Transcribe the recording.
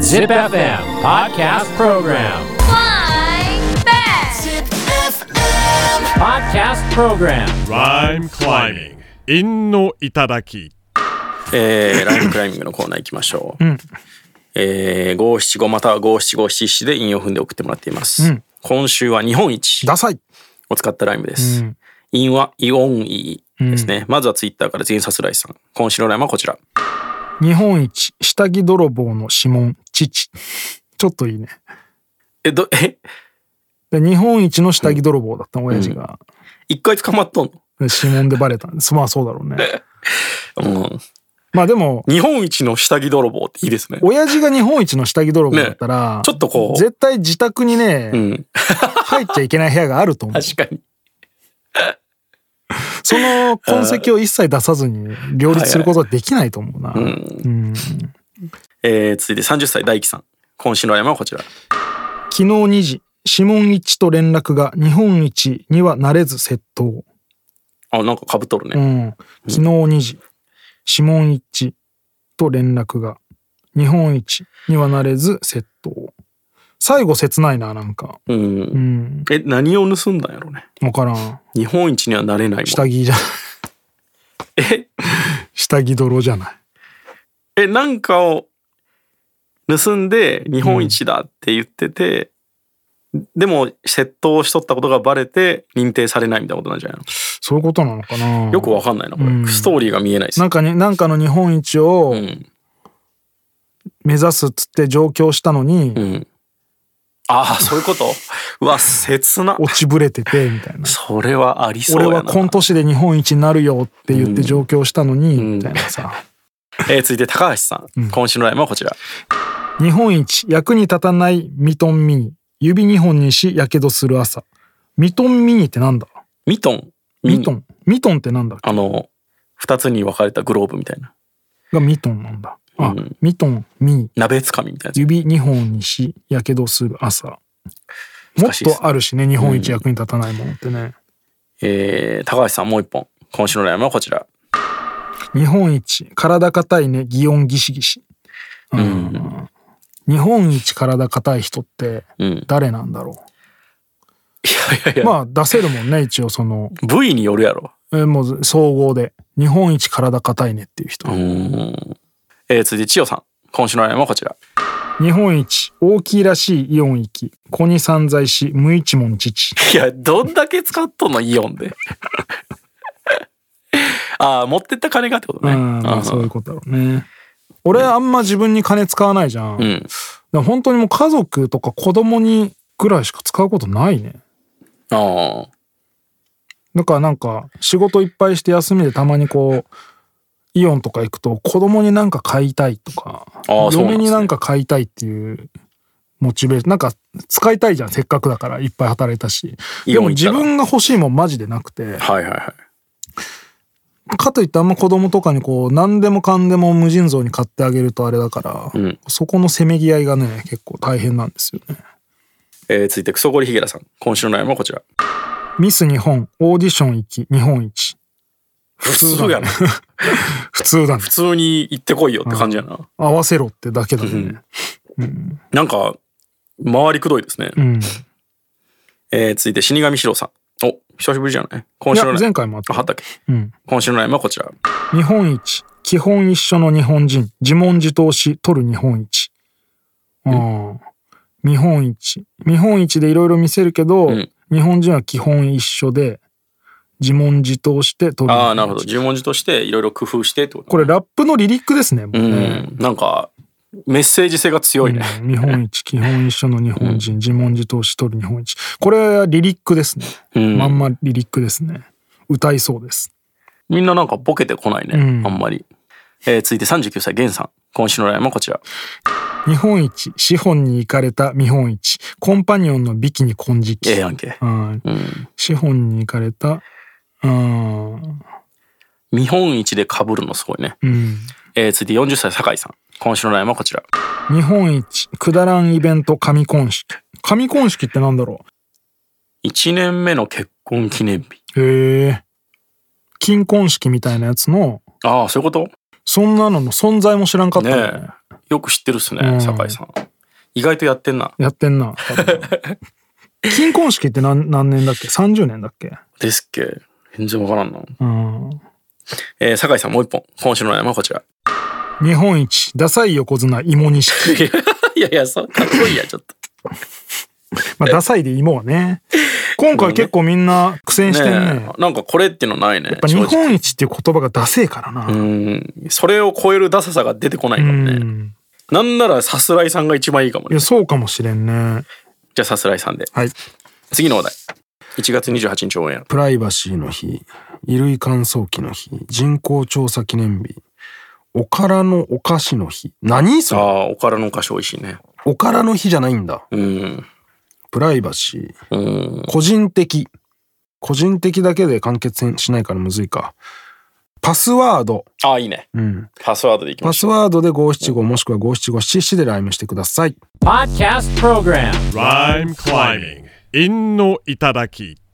Zip FM Podcast Program. Flying back. Podcast Program. Rhyme climbing. 陰の頂き。えー、ライフクライミングのコーナー行きましょう。えー、五七五または五七五七七で韻を踏んで送ってもらっています。今週は日本一ダサい。を使ったライムです。うん韻はイオンイですね。まずはツイッターから全さすらいさん。今週のライムはこちら。日本一、下着泥棒の指紋、父。ちょっといいね。え、ど、え、で日本一の下着泥棒だったの親父が。一回捕まっとんで指紋でバレたんです。まあそうだろうね。のうん。まあでも、日本一の下着泥棒っていいですね。親父が日本一の下着泥棒だったら、ねちょっとこう絶対自宅にね、うん。入っちゃいけない部屋があると思う。確かに。その痕跡を一切出さずに両立することはできないと思うな。うん。うんえー、続いて30歳大輝さん。今週のライムはこちら。昨日2時、指紋一と連絡が日本一にはなれず窃盗。あ、なんか被っとるうね。ん。昨日2時、指紋一と連絡が日本一にはなれず窃盗。最後切ないな、なんか。うん。うん。え、何を盗んだんやろうね。わからん。日本一にはなれないもん。下着じゃ、 え、下着泥じゃない。え、なんかを盗んで日本一だって言ってて、でも窃盗しとったことがバレて認定されないみたいなことなんじゃないのそういうことなのかな。よくわかんないな、これ。うんストーリーが見えないです。なんかね、なんかの日本一をうん。目指すっつって上京したのに、うん。ああ、そういうことうわ、切な。落ちぶれてて、みたい な。それはありそう俺やな。はこの年で日本一になるよって言って上京したのに、うんみたいなさ。えー続いて高橋さん。うん今週のライブはこちら。日本一、役に立たないミトンミニ。指2本にし、やけどする朝。ミトンミニってなんだミトン。ミト。ン。ミトンってなんだあの、二つに分かれたグローブみたいな。がミトンなんだ。あ、うんミトンミニ。鍋つかみみたいなや指2本にし、やけどする朝。も難っしいっすねとあるしね、日本一役に立たないものってね。つ。えー高橋さんもう一本。今週のライブはこちら。日本一体硬いね擬音ギシギシ、うんうん日本一体硬い人ってうん。誰なんだろいやいやいうや、まあ出せるもんね一応その、部位によるやろ。えーもう総合で日本一体硬いねっていう人、ん。えー、続いて千代さん。今週のラインはこちら。日本一大きいらしいイオン行き子に散財し無一文父いや、どんだけ使っとんの、イオン で。ああ、持ってった金がってことうね。ん、まうあ、そういんうことだろうね俺あんま自分に金使わないじゃん、うでん。も本当にもう家族とか子供にぐらいしか使うことないねああ。だからなんか仕事いっぱいして休みでたまにこうイオンとか行くと子供になんか買いたいとかああ、そう嫁にななんんですねか買いたいっていうモチベーションなんか使いたいじゃんせっかくだからいっぱい働いたしイでオンも行った自ら分が欲しいもんマジでなくてはいはいはかといってあんま子供とかにこう何でもかんでも無尽蔵に買ってあげるとあれだから、い。うん。そこのせめぎ合いがね結構大変なんですよね。えー、続いて、クソゴリヒゲラさん。今週のラインはこちら。ミス日本オーディション行き日本一普通通やな。 普普通だね通に行ってこいよって感じやな。合わせろってだけだね。うんなんか、回りくどいですね。うんえー、続いて、死神史郎さん。お、久しぶりじゃない今い週やのライン。前回もあっあ、はたっ。たっけうん、今週のラインはこちら。日本一、基本一緒の日本人、自問自答し、取る日本一。うん。見本一。見本一でいろいろ見せるけど、うん日本人は基本一緒で、自問自答して取る。ああ、なるほど。。十文字としていろいろ工夫してってことこれラップのリリックですね、もううん、ね。なんか、メッセージ性が強いね。うん日本一、基本一緒の日本人、自問自答し取る日本一。これはリリックですね。うんまんまリリックですね。歌いそうです。みんななんかボケてこないね。うんあんまり。えー続いて39歳、源さん。今週のラインはこちら。日本一、資本に行かれた見本一、コンパニオンのビキに金色。ええやんけ。うんうん。資本に行かれた、うん、見本市で被るのすごいね。うん。えー続いて40歳、酒井さん。今週のラインはこちら。日本一、くだらんイベント、神婚式。神婚式ってなんだろ1年目の結婚記念日。うへえ。金婚式みたいなやつの、ああ、そういうことそんなのの存在も知らんかったねもんねえよく知ってるっすうねん酒井さん意外とやってんなやって んな金婚式って何何年だっけ30年だっけですっけ全然わからんな、うんえー、酒井さんもう一本今週の悩みはこちら日本一ダサい横綱芋錦、 いやいやそうかっこいいやちょっとまあ、ダサいで芋 はね今回結構みんな苦戦してんねねえなんかこれっていうのないねやっぱ日本一っていう言葉がダセえからな、うんそれを超えるダサさが出てこないからね、うんなんならさすらいさんが一番いいかもいねやそうかもしれんねじゃあさすらいさんではい次の話題1月28日応援プライバシーの日衣類乾燥機の日人口調査記念日おからのお菓子の日何そああれおからのお菓子美味しいねおからの日じゃないんだうんプライバシーうん個人的個人的だけで完結しないからむずいかパスワード、ああいいねうん、パスワードでいきまパしスワードで575もしくは57577でライムしてください Podcast Program. Rhyme climbing. 陰の頂き。